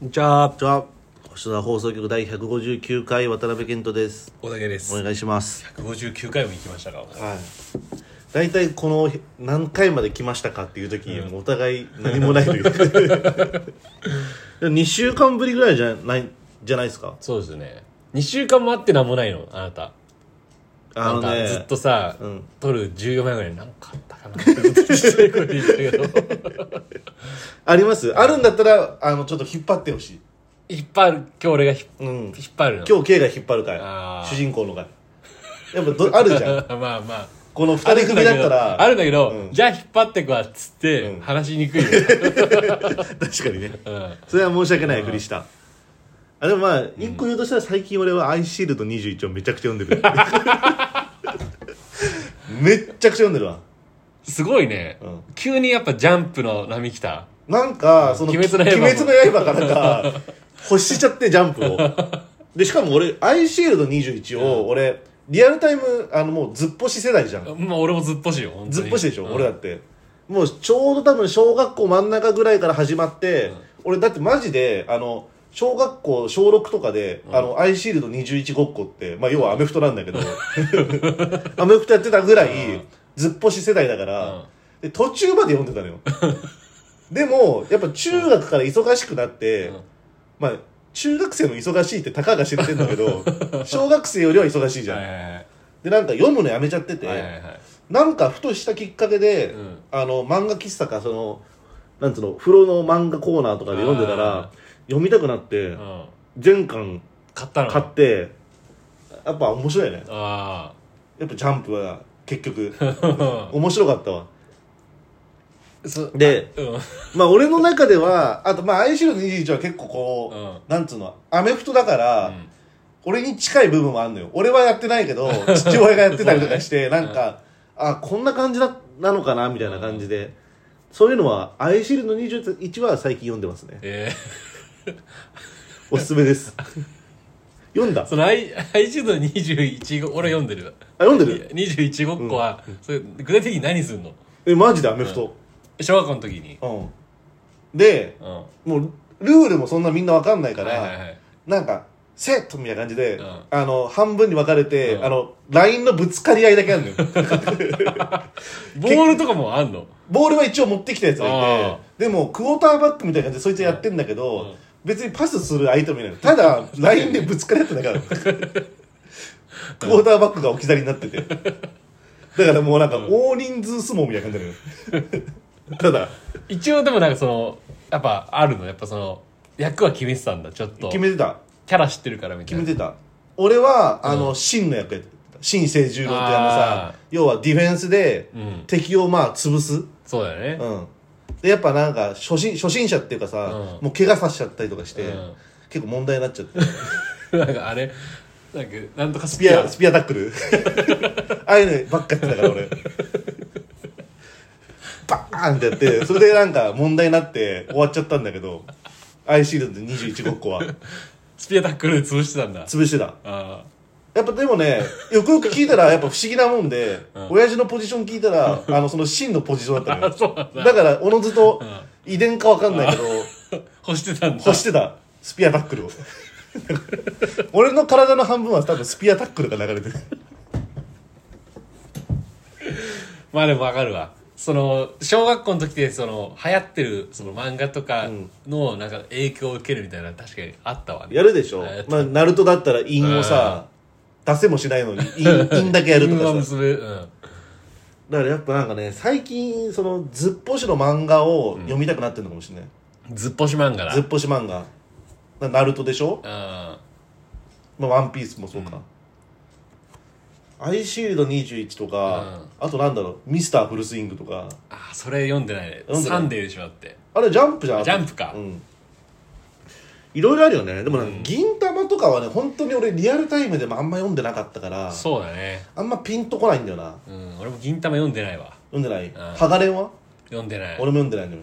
こんにちはこんにちは星空放送局第159回渡辺健人です小竹でおす願いします159回も行きましたかはい大体この何回まで来ましたかっていう時、もうお互い何もないという 2週間ぶりぐらいじゃないじゃないですかそうですね2週間もあってなんもないのあなたあのなんねかずっとさ、うん撮る14枚ぐらいなんかあったかなってずっと一人で言ってたけどありますあるんだったらあのちょっと引っ張ってほしい、引っ張る今日俺がひうん、引っ張るの今日 K が引っ張る回あー主人公の回やっぱどあ るじゃんまあまあこの2人組だったら あるんだけど、うんじゃあ引っ張ってくわっつって、うん話しにくいよ、 確かにねうん、それは申し訳ないふりしたあでもまあ一個言うとしたら最近俺は「アイシールド21」をめちゃくちゃ読んでるめっちゃくちゃ読んでるわすごいね、うん急にやっぱジャンプの波来たなんかその「鬼鬼滅滅のの刃も刃」からか欲しちゃってジャンプをでしかも俺「アイシールド21」を俺リアルタイムあのもうずっぽし世代じゃんまあ俺もずっぽしよ本当にずっぽしでしょ、うん俺だってもうちょうど多分小学校真ん中ぐらいから始まって、俺だってマジであの小学校小6とかで、あのアイシールド21ごっこって、まあ、要はアメフトなんだけど アメフトやってたぐらい、うんずっぽし世代だから、で途中まで読んでたの よでもやっぱ中学から忙しくなって、うんまあ中学生の忙しいってたかが知れてんだけ ど小学生よりは忙しいじゃん、はいはいはいでなんか読むのやめちゃってて、はいはいはいなんかふとしたきっかけで、うんあの漫画喫茶かそのなんつうの風呂の漫画コーナーとかで読んでたあら読みたくなってうん、全巻買ったの買ってやっぱ面白いねあ やっぱジャンプは結局あ面白かったわ そでうんまあ俺の中ではあとまあ「アイシールド21」は結構こう、うんなんつうのアメフトだから、うん俺に近い部分もあるのよ俺はやってないけど父親がやってたりとかしてなんか、あこんな感じだなのかなみたいな感じで、そういうのは「アイシールド21」は最近読んでますねえおすすめです 読んだー、そのアイアイシールド21号俺読んでるあ読んでる21ごっこは、それ具体的に何すんのえマジでアメフト、小学校の時にうんでうんはもうルールもそんなみんなわかんないいかはら、いはいなんかセットみたいな感じで、うんあの半分に分かれて、うんあのラインのぶつかり合いだけあるのよボールとかもあんのボールは一応持ってきたやつがいあてでもクォーターバックみたいな感じでそいつやってんだけど、うん別にパスする相手もいないた だラインでぶつかり合ってんだからクォーターバックが置き去りになっててだからもうなんか大人数相撲みたいな感じなのよただ一応でもなんかそのやっぱあるのやっぱその役は決めてたんだちょっと決キめてたャラ知ってるからみたい決なめてた俺はあの真の役やってた真正十郎ってあのあさー要はディフェンスでうん敵をまあ潰す、そうだよね、うん、でやっぱなんか初心初心者っていうかさ、うんもう怪我させちゃったりとかして、うん結構問題になっちゃっ てなんかあれなんかなんとかススピピアアスピアタックル ああいうのばっかやってたから俺バーンってやってそれでなんか問題になって終わっちゃったんだけどアイシールド21ごっこはスピアタックルで潰してたんだ潰してたあやっぱでもねよくよく聞いたらやっぱ不思議なもんで、親父のポジション聞いたらあのその真のポジションだったのよだからおのずと遺伝かわかんないけど、 あ干してたんだ欲してたスピアタックルを 俺の体の半分は多分スピアタックルが流れてるまあでもわかるわその小学校の時でその流行ってるその漫画とかのなんか影響を受けるみたいなの確かにあったわねやるでしょあやっ、てまあ、ナルトだったら陰をさ出せもしないのに陰 陰だけやると自分かはさ結ぶうんだからやっぱなんかね最近そのずっぽしの漫画を読みたくなってるのかもしれない、ずっぽし漫画だずっぽし漫画なナルトでしょ、あまあ、ワンピースもそうか、アイシールド21とか、あとなんだろうミスターフルスイングとかあそれ読んでないね読んでないサンデーでしょだってあれジャンプじゃんジャンプかうんいろいろあるよねでもなんか銀玉とかはね本当に俺リアルタイムでもあんま読んでなかったからそうだねあんまピンとこないんだよなうん俺も銀玉読んでないわ読んでないハガレンは読んでない俺も読んでないのようん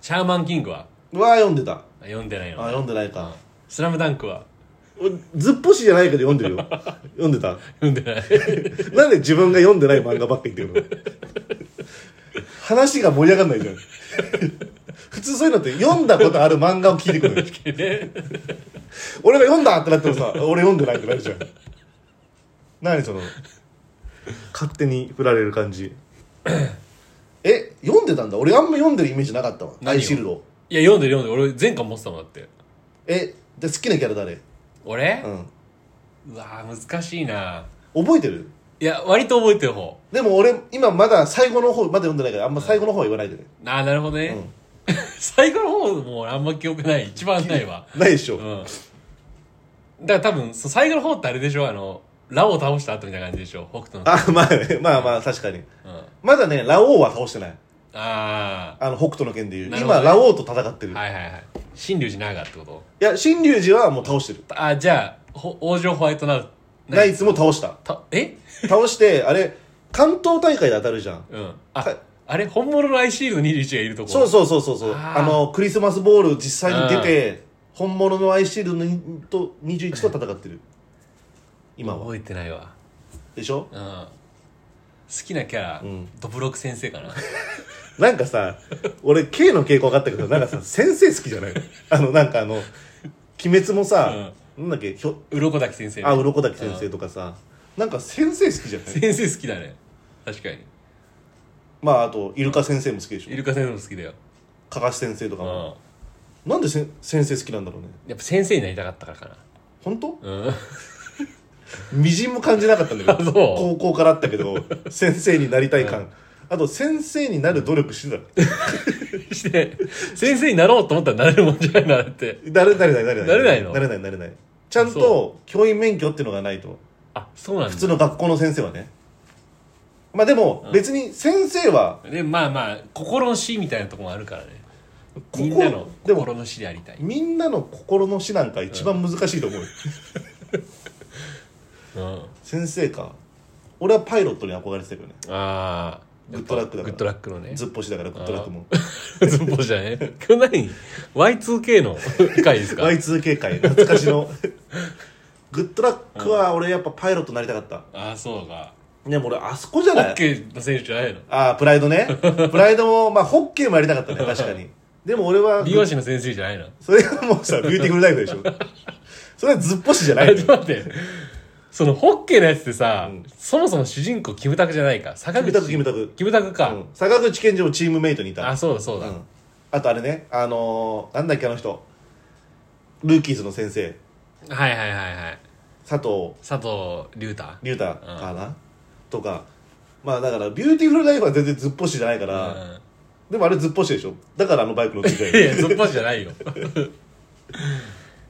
シャーマンキングはうわー読んでたあ読んでないあよ読んでないかスラムダンクは俺ずっぽしじゃないけど読んでるよ読んでた読んでない なんで自分が読んでない漫画ばっか言ってるの話が盛り上がんないじゃん普通そういうのって読んだことある漫画を聞いてくるのよね俺が読んだってなってもさ俺読んでないってなるじゃん何その勝手に振られる感じえ読んでたんだ俺あんま読んでるイメージなかったわ何アをイシールドいや読んでる読んでる俺前回持ってたもんだってえで好きなキャラ誰俺う、うわー難しいなん覚えてるいや割と覚えてる方でも俺今まだ最後の方まだ読んでないからあんま最後の方は言わないでね、ああなるほどね、 最後の方もあんま記憶ない一番ないわないでしょ、うんだから多分そう最後の方ってあれでしょあのラオを倒した後みたいな感じでしょ北斗のあまあねまあまあ確かにうん、あまだねラオウは倒してないああの北斗の剣でいう、なるほど今ねラオウと戦ってる、ーはいはいはい新龍寺長ってこといや新龍寺はもう倒してるあじゃあほ王城ホワイトナウナイツも倒したたえ倒してあれ関東大会で当たるじゃんうんあ、はいあれ本物のアイシールド21がいるとこそうそうそうそうそうああーのクリスマスボール実際に出て本物のアイシールドにと21と戦ってる今は覚えてないわでしょうん好きなキャラ、んドブロク先生かな なんかさ俺 K の傾向分かったけどなんかさ先生好きじゃないあのなんかあの鬼滅もさ、なんだっけひょ鱗滝先生ねあ鱗滝先生とかさなんか先生好きじゃない先生好きだね確かにまああとイルカ先生も好きでしイょルカ先生も好きだよ、かかし先生とかうんも、なんでせ先生好きなんだろうねやっぱ先生になりたかったからかな本当うんみじんも感じなかったんだけ あどそう高校からあったけど先生になりたい感、あと先生になる努力してたして先生になろうと思ったらなれるもんじゃないなってなれなれないなれないなれないのなれないなれないちゃんとそ教員免許っていうのがないとあそうなんだ普通の学校の先生はねまあでも別に先生はでまあまあ心の師みたいなとこもあるからねこみんなのでも心の師でありたいみんなの心の死なんか一番難しいと思う、うん先生か俺はパイロットに憧れてたけどねああグッドラックだからグッドラックのねずっぽしだからグッドラックも ズボじゃね今日何 Y2K の回ですか Y2K 界懐かしのグッドラックは俺やっぱパイロットになりたかったああそうかでも俺あそこじゃホなッいケーの選手じゃないのああプライドねプライドもま あホッケーもやりたかったね確かにでも俺は美容師の先生じゃないのそれはもうさビューティフルライフでしょそれはずっぽしじゃな あいれちょのっよと待ってそのホッケーのやつってさ、うんそもそも主人公キムタクじゃないか坂キ口ムタクキムタクキムタクか、うん坂口健二もチームメイトにいたあそうだそうだ、うんあとあれねあのーなんだっけあの人ルーキーズの先生はいはいはいはい佐藤佐藤隆太龍太かな、とかまあだからビューティフルライフは全然ずっぽしじゃないから、うでもあれずっぽしでしょだからあのバイク乗ってた んいよやずっぱじゃないよ、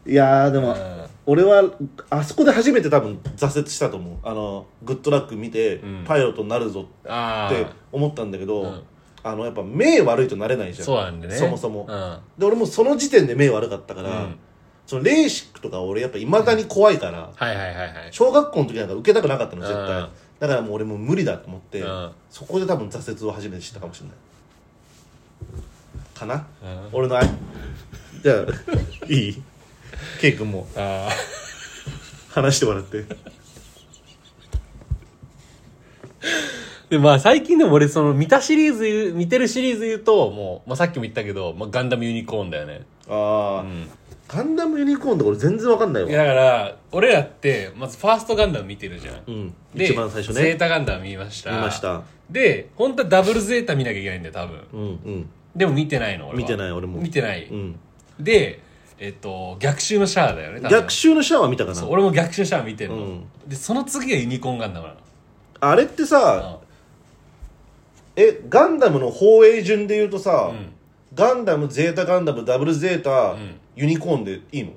いやーでもうん俺はあそこで初めて多分挫折したと思うあのグッドラック見て、んパイロットになるぞっあてあ思ったんだけど、うんあのやっぱ目悪いとなれないじゃんそうなんでねそもそも、うんで俺もその時点で目悪かったから、うんそのレーシックとか俺やっぱいまだに怖いから、はいはいはいはい小学校の時なんか受けたくなかったの絶対、うんだからもう俺もう無理だと思って、うんそこで多分挫折を初めて知ったかもしれないかな、うん俺のあじゃあいいケイ君もああ話してもらってでまあ最近でも俺その見たシリーズ言う見てるシリーズ言うともう、まあ、さっきも言ったけど、まあ、ガンダムユニコーンだよねああ、ガンダムユニコーンって俺全然わかんないわいやだから俺らってまずファーストガンダム見てるじゃん、うんで一番最初ゼーねタガンダム見ました見ましたで本当はダブルゼータ見なきゃいけないんだよ多分うんうんでも見てないの俺は見てない俺も見てない、うんでえっと逆襲のシャアだよね多分逆襲のシャワー見たかなそう俺も逆襲のシャア見てるの、うんでその次がユニコーンガンダムなのあれってさあえガンダムの放映順で言うとさ、んガンダムゼータガンダムダブルゼータ、んユニコーンでいいの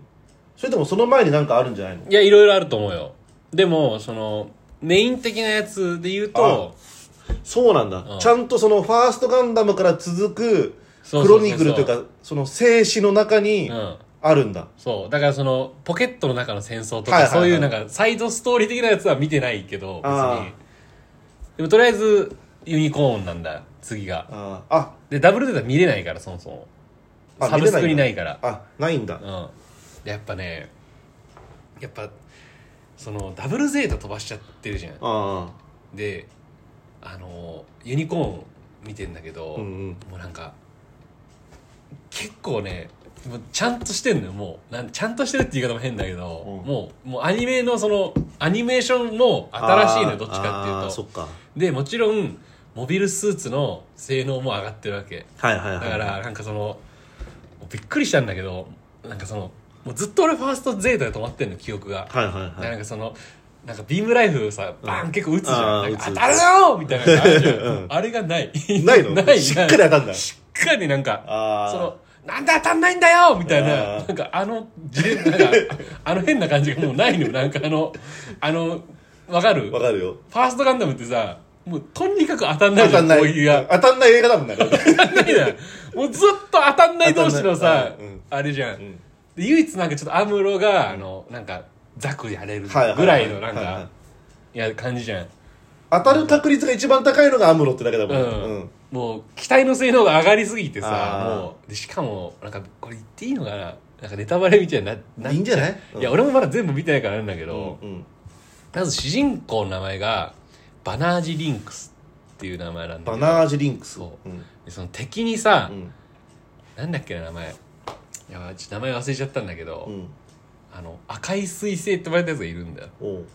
それともその前になんかあるんじゃないのいやいろいろあると思うよでもそのメイン的なやつで言うとそうなんだ、うんちゃんとそのファーストガンダムから続くそうクそうそうそうロニクルというかその生死の中にうんあるんだ、そうだからそのポケットの中の戦争はいとかはいはいそういうなんかサイドストーリー的なやつは見てないけど別あにでもとりあえずユニコーンなんだ次があーあでダブルデータ見れないからそもそもあサブスクにないからあないんだうんでやっぱねやっぱそのダブルゼータ飛ばしちゃってるじゃんあであのユニコーン見てんだけど、うんうんもうなんか結構ねもうちゃんとしてんのよもうなんちゃんとしてるって言い方も変だけど、うんもうもうアニメのそのアニメーションも新しいのよどっちかっていうあーとそっかでもちろんモビルスーツの性能も上がってるわけはいはいはだいからなんかそのもうびっくりしたんだけどなんかそのもうずっと俺ファーストゼータで止まってんの記憶が、はいはいではないんかそのなんかビームライフルさバーン結構打つじゃん,、あーなん打かつ当たるよみたいなのがあるじゃん、うんあれがないないの ないしっかり当た んだしっかりなんかああそのなんで当たんないんだよみたいあなーなんかあのじれなんかあの変な感じがもうないのよなんかあのあのわかるわかるよファーストガンダムってさもうとにかく当たんない当じゃたんんない攻撃が当たんない映画だもんな当たんないじゃんもうずっと当たんない同士の当さたんないうんあれじゃん、んで唯一なんかちょっとアムロがあのなんかザクやれるはいはいはいぐらいのなんはいはいかいや感じじゃん、当たる確率が一番高いのがアムロってだけだもん、うんうんもう機体の性能が上がりすぎてさあーもうでしかもなんかこれ言っていいのかななんかネタバレみたいにななっいいんじゃないいや俺もまだ全部見てないからあれなんだけど、うんうんまず主人公の名前がバナージ・リンクスっていう名前なんだバけどナージリンクスそううんでその敵にさ、うんなんだっけな名前いやちょっと名前忘れちゃったんだけど、うんあの赤い彗星って呼ばれたやつがいるんだよおう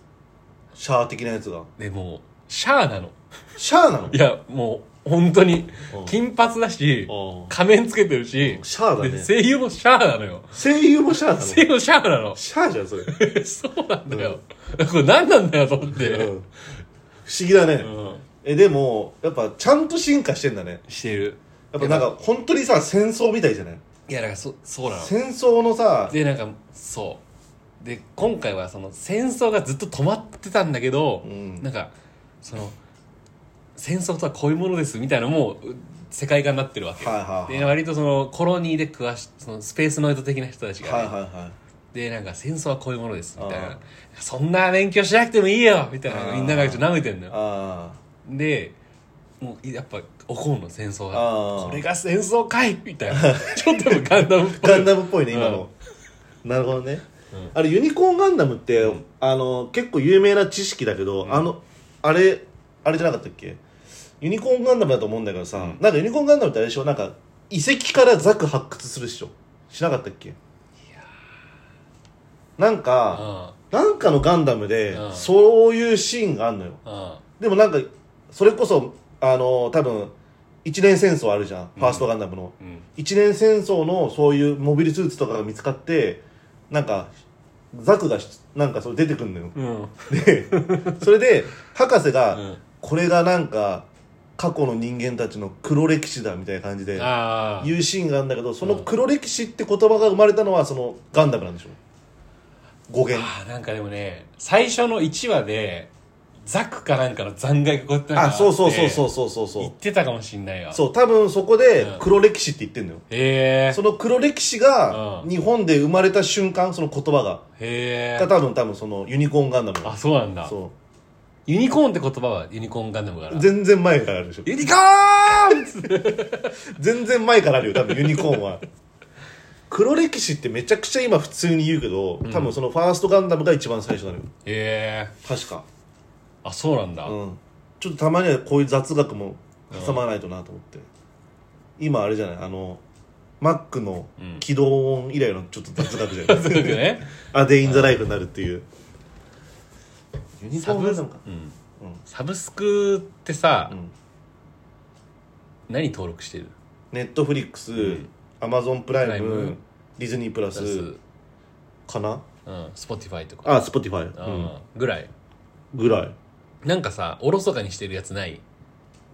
シャア的なやつがでもうシャアなのシャアなのいやもう本当にうん金髪だしうん仮面つけてるしシャアだでね声優もシャアなのよ声優もシャアなの声優もシャアなの シャアじゃんそれ、うん、そうなんだよ、これ何なんだよと思って、不思議だね、うんえでもやっぱちゃんと進化してんだねしてるやっぱなんか本当にさ戦争みたいじゃないいやだからそそうなの戦争のさでなんかそうで今回はその戦争がずっと止まってたんだけど、うんなんかその戦争とはこういうものですみたいなのもう世界観になってるわけ、はいはいはいで割とそのコロニーで暮らしそのスペースノイド的な人たちがね、はいはいはいでなんか戦争はこういうものですみたいあなそんな勉強しなくてもいいよみたいあなーみんながちょっと舐めてんのよあでもうやっぱ怒るの戦争あーがこれが戦争かいみたいなちょっとでもガンダムっあぽ いガンダムっぽいね今の、なるほどね、あれユニコーンガンダムって、あの結構有名な知識だけど、あのあれあれじゃなかったっけユニコーンガンダムだと思うんだけどさ、なんかユニコーンガンダムってあれでしょなんか遺跡からザク発掘するでしょしなかったっけなんか、あなんかのガンダムで、うんそういうシーンがあんのよあでもなんかそれこそあの多分一年戦争あるじゃん、ファーストガンダムのうん一年戦争のそういうモビルスーツとかが見つかってなんかザクがしなんかそれ出てくるのよ うんでそれで博士が、うんこれがなんか過去の人間たちの黒歴史だみたいな感じでああ言うシーンがあるんだけどその黒歴史って言葉が生まれたのはそのガンダムなんでしょ語源あーなんかでもね最初の1話でザクかなんかの残骸がこうやってなんかあそうそうそうそううそうそうそ言うってたかもしんないわうそう多分そこでうん黒歴史って言ってんのよへえその黒歴史がうん日本で生まれた瞬間その言葉がへがえ多分多分そのユニコーンガンダムあそうなんだそユニコーンって言葉はユニコーンガンダムからう全然前からあるでしょユニコーン全然前からあるよ多分ユニコーン は黒歴史ってめちゃくちゃ今普通に言うけど多分そのファーストガンダムが一番最初なのよへえ確かあそうなんだ、うんちょっとたまにはこういう雑学も挟まないとなと思って今あれじゃないあのマックの起動音以来のちょっと雑学じゃない そうだよねあデイン・ザ・ライフになるっていうユニコサーンブガンダムかうんうんサブスクってさ、うん何登録してるネットフリックス、アマゾンプライプライムムディズニープラプラス、う、スかなんスポティファイとかあスポティファイ、あうんーぐらいぐらいなんかさおろそかにしてるやつない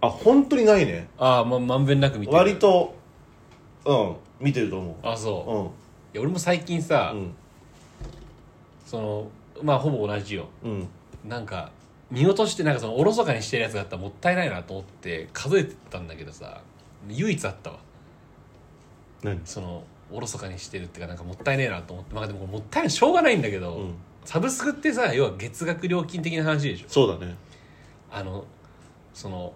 あ本当にないねああままんべんなく見てる割とうん見てると思あそう、ういや俺も最近さ、うんそのまあほぼ同じようんうんなんか見落としてなんかそのおろそかにしてるやつがあったらもったいないなと思って数えてたんだけどさ唯一あったわ何そのおろそかにしてるっていうかなんかもったいねえなと思ってまあでもこれもったいないしょうがないんだけど、うんサブスクってさ要は月額料金的な話でしょそうだねあのその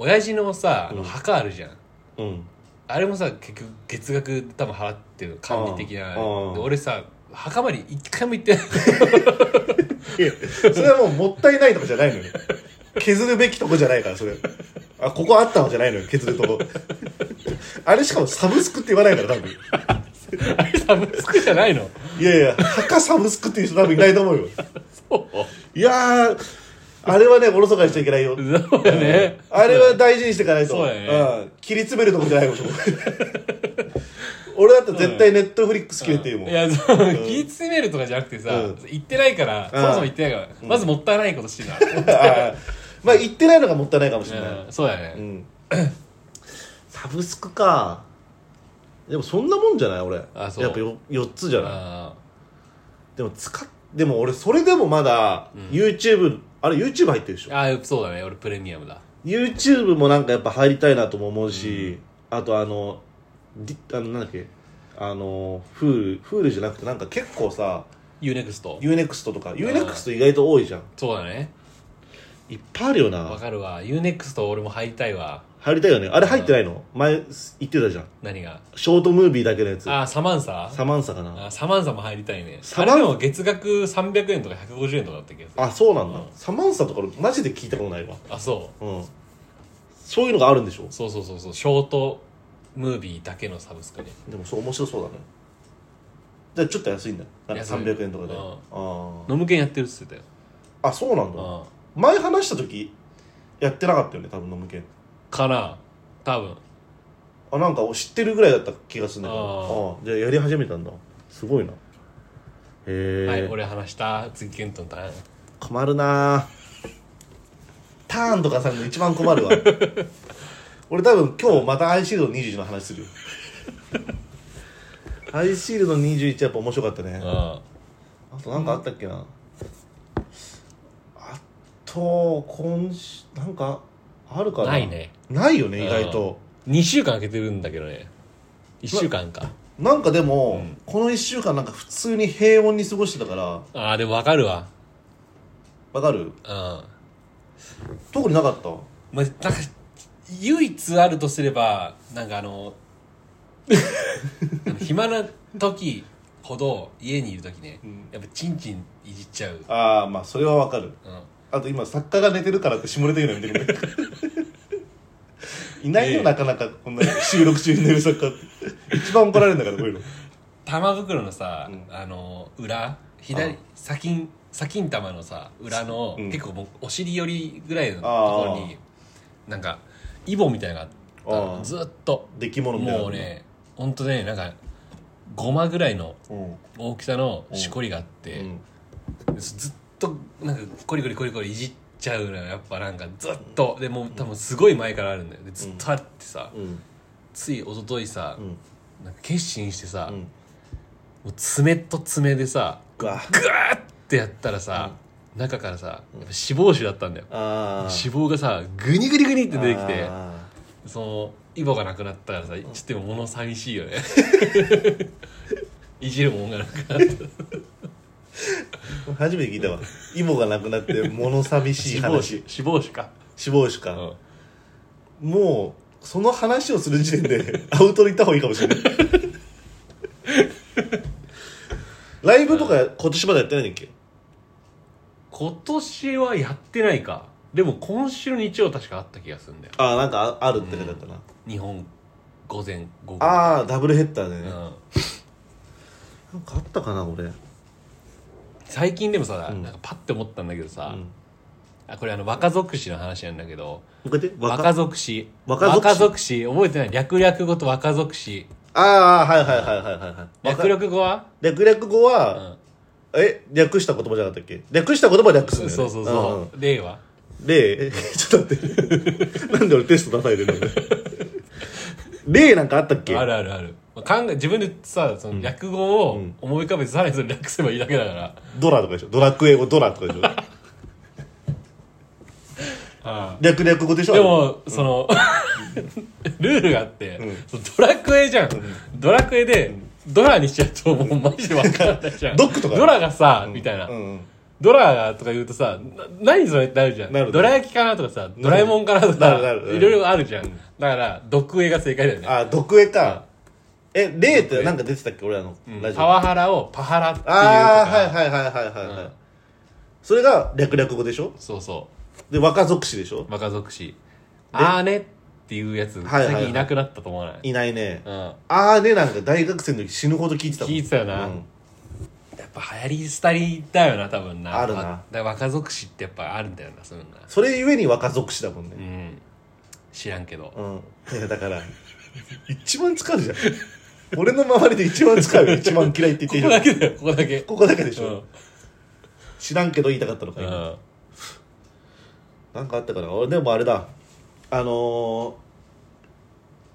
親父のさあうのん墓あるじゃん、うんあれもさ結局月額多分払ってる管理的なあーあーで俺さ墓まで一回も行ってないいや それはもうもったいないとかじゃないのよ削るべきとこじゃないからそれあここあったのじゃないのよ削るとこあれしかもサブスクって言わないから多分あれサブスクじゃないのいやいや墓サブスクっていう人多分いないと 思うよいやーあれはねおろそかにしちゃいけないよそうだね あれは大事にしていかないとそうだねん、切り詰めるとこじゃないもん俺だって絶対ネットフリックス切れてるもん、いやそう気詰めるとかじゃなくてさうん言ってないからそもそも言ってないからまずもったいないことしてたあー まあ言ってないのがもったいないかもしれない、うんそうだようねん サブスクかでもそんなもんじゃない俺あそうやっぱよ4つじゃないあでも使っでも俺それでもまだ YouTube、あれ YouTube 入ってるでしーょあーそうだね俺プレミアムだ YouTube もなんかやっぱ入りたいなとも思うし、あとあのディあのなんだっけあのフールフールじゃなくてなんか結構さ UNEXT UNEXT とか UNEXT 意外と多いじゃんそうだねいっぱいあるよわなかるわ UNEXT 俺も入りたいわ入りたいよねあれ入ってないの前言ってたじゃん何がショートムービーだけのやつあーサマンササマンサかなあサマンサも入りたいねサあマンれでも月額300円とか150円とかだった気がするあそうなんだ、サマンサとかマジで聞いたことないわあそうんそういうのがあるんでしょうそうそうそうそうショートムービーだけのサブスクねでもそう面白そうだねじゃあちょっと安いんだなんか安い300円とかでうんあノムケンやってるっつってたよああそうなんだうん前話した時やってなかったよね多分ノムケンかな多分あなんか知ってるぐらいだった気がするんだけどあああじゃあやり始めたんだすごいなへえ、はい俺話した次ケントのターン困るなターンとかさんの一番困 るわ俺多分今日またアイシールド21の話するよアイシールド21やっぱ面白かったねうんあとなんかあったっけな、あと今週なんかあるかなないねないよね意外と2週間空けてるんだけどね1週間かなんかでも、この1週間なんか普通に平穏に過ごしてたからああでも分かるわわかるうんま特になかったなんか唯一あるとすればなんかあのあの暇な時ほど家にいる時ね、やっぱチンチンいじっちゃう、うん、ああまあそれはわかるあと今作家が寝てるからって下ネタ言うのやめて くれいないよ、ええなかなかこんな収録中に寝る作家って一番怒られるんだからこういうの玉袋のさ、うんあの裏左あ先ん先ん玉のさ裏の、うん結構もうお尻寄りぐらいのところになんかイボみたいなのがあったあのあずっと出来物みたいなもうねほんとねなんかごまぐらいのうん大きさのしこりがあって、うんずっとなんかコリコリコリコリいじっちゃうのよやっぱなんかずっとでもう多分すごい前からあるんだよでずっとあってさ、うんつい一昨日さ、うんなんか決心してさ、うんもう爪と爪でさうわグーってやったらさ、中からさやっぱ脂肪腫だったんだよ、あー脂肪がさグニグニグニって出てきてあそのイボがなくなったからさちょっとも物寂しい よね いじるもんがなくなってー初めて聞いたわイボがなくなって物寂しい脂肪話腫脂肪腫か、死亡しうか、んもうその話をする時点で アウトに行った方がいいかもしれ ないライブとか今年までやってないんだっけ今年はやってないかでも今週の日曜確かあった気がするんだよああなんかああるって書いてあったな、日本午前午後ああダブルヘッダーでうね、ん、なんかあったかな俺、うん、最近でもさ、うんなんかパッて思ったんだけどさ、もあこれあの若族史の話なんだけどう一回言って若若族史若族史史覚えてない略略語と若族史ああはいはいはいはいはいはい略若略語は、略略語うは、ん、え略した言葉じゃなかったっけ略した言葉は略すそんだようねそうそう、ん令和例えちょっと待 ってなんで俺テスト出されてるの例なんかあったっけあるあるある、まあ、考え自分でさその略語を思い浮かべてさらにそれ略せばいいだけだから、ドラとかでしょドラクエ語ドラとかでしょああ 略略語でしょでも、その、ルールがあって、そうドラクエじゃん。ドラクエで、ドラにしちゃうと、もうマジで分かんないじゃん。ドックとかドラがさ、みたいな。うんうんドラがとか言うとさ、な何それってなるじゃん。なるドラ焼きかなとかさ、ドラえもんかなとなかるなるな、るいろいろあるじゃん。だから、毒エが正解だよね。あ毒絵かえ例ってなんか出てたっけ俺らのうんラジオパワハラをパハラっていうとああか、はいはいはいはいはいはい、それが略略語でしょそうそで若属詞でしょう、若属し。あーね、っていうやはつ、いはいはい最近いなくなったと思わないいないね、うんああねなんか大学生の時死ぬほど聞いてたもん聞いてたよなうんやっぱ流行り廃りだよな多分なあるなわだから若族史ってやっぱあるんだよなそういうのなそれゆえに若族史だもんうねん知らんけどうん、 いやだから一番使うじゃん俺の周りで一番使うよ一番嫌いって言っていいこのこだけだよここだけここだけでしうょ、ん知らんけど言いたかったのかう今、んなんかあったかな俺でもあれだあのー、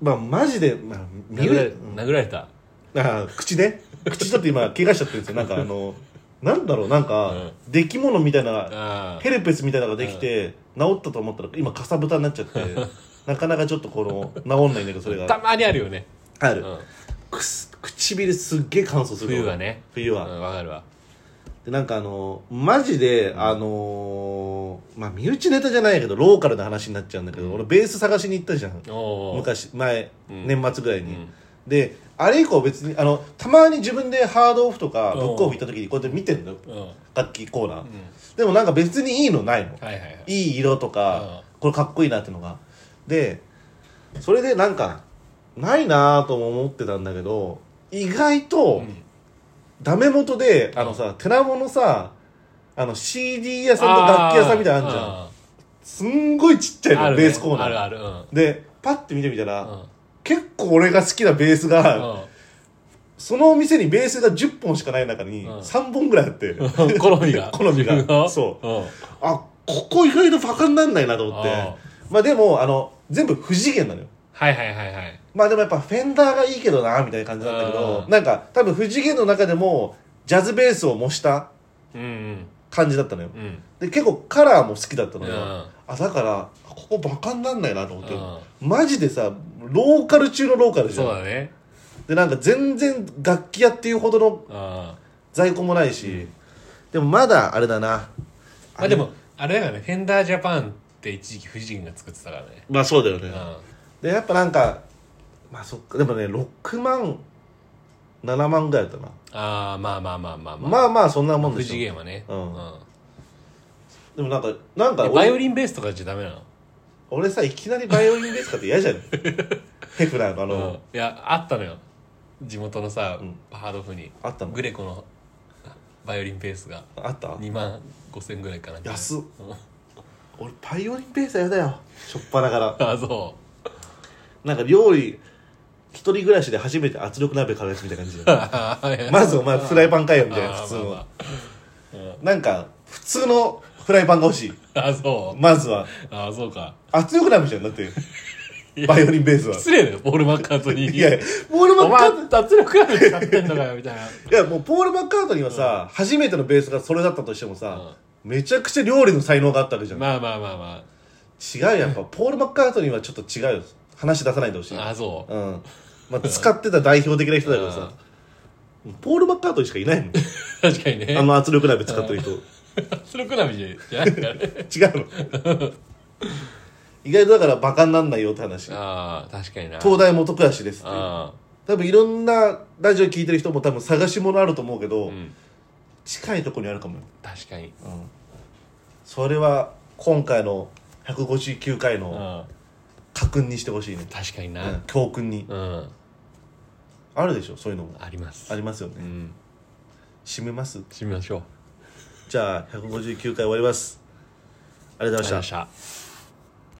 まあマジで、まあ、身殴られ内殴られたあー口ね口だって今怪我しちゃってるんですよなんかあのなんだろうなんか、出来物みたいなあヘルペスみたいなのができて、治ったと思ったら今かさぶたになっちゃってなかなかちょっとこの治んないんだけどそれあがたまにあるよねあうる、んくす唇すっげえ乾燥する冬はね冬うは、んわかるわでなんかあのマジであのーまあ身内ネタじゃないけどローカルな話になっちゃうんだけど、俺ベース探しに行ったじゃんおー昔前、ん年末ぐらいに、うんであれ以降別にあのたまに自分でハードオフとかうんブックオフ行った時にこうやって見てるのようんは楽器コーナー、でもなんか別にいいのないのいはいはいいい色とか、これかっこいいなってのがでそれでなんかないなぁとも思ってたんだけど意外と、んダメ元であのさ、寺尾のさあの CD 屋さんの楽器屋さんみたいなのあるじゃんすんごいちっちゃいあの、るねベースコーナーあるあるうんでパッて見てみたら、うん結構俺が好きなベースが、うそのお店にベースが10本しかない中にうん3本ぐらいあって、 ん好み が好みが自分のそ うんあここ意外とバカになんないなと思ってあまあでもあの全部不次元なのよはいはいはいはいまあでもやっぱフェンダーがいいけどなみたいな感じなんだけどうんなんか多分不次元の中でもジャズベースを模したうんうん感じだったのようんで結構カラーも好きだったのよ、うんあだからここバカになんないなと思って、うマジでさローカル中のローカルじゃそうんだねでなんか全然楽器屋っていうほどのうん在庫もないし、でもまだあれだなまあでもあれだよねフェンダージャパンって一時期藤井が作ってたからねまあそうだようねんでやっぱなんかまあそっかでもね6万7万ぐらいだったなああまあまあまあまあまあまあそんなもんで藤し井ょはねうんうんでもなんかなんかえバイオ俺リンベースとかじゃダメなの俺さいきなりバイオリンですかって嫌じゃ んヘフラーのあの、うんいやあったのよ地元のさうんハードオフにあったのグレコのバイオリンベースがあった2万5000ぐらいかな安っうん俺バイオリンベースは嫌だよしょっぱなからあそなんか料理一人暮らしで初めて圧力鍋買うやつみたいな感じう でままずお前フライパンかよみたいな普通あーまのなんか普通のフライパンが欲しいあまああそうまずはあそうか圧力鍋じゃんだってバイオリンベースは失礼だよポール・マッカートニーにいやいやポール・マおッカート前脱力やる使ってんのかよみたいなニーいやもうポール・マッカートニーはさ、初めてのベースがそれだったとしてもさ、めちゃくちゃ料理の才能があったわけじゃん、まあまあまあま違うよやっぱポール・マッカートニーはちょっと違うよ話出さないでほしいああそううんまあ、使ってた代表的な人だけどさ、ポール・マッカートニーしかいないもん確かにあねの圧力鍋使ってる人脱力並みじゃないからね違うの意外とだからバカになんないよって話ああ確かにな東大元暮らしですっていうあ多分いろんなラジオ聞いてる人も多分探し物あると思うけど、あうん近いとこにあるかもよ確かにそれは今回の159回うのん家訓にしてほしいね、確かにうんな教訓に、うんあるでしょそういうのもありますありますよね、うん締めます締めましょうじゃあ159回終わりますありがとうございましたした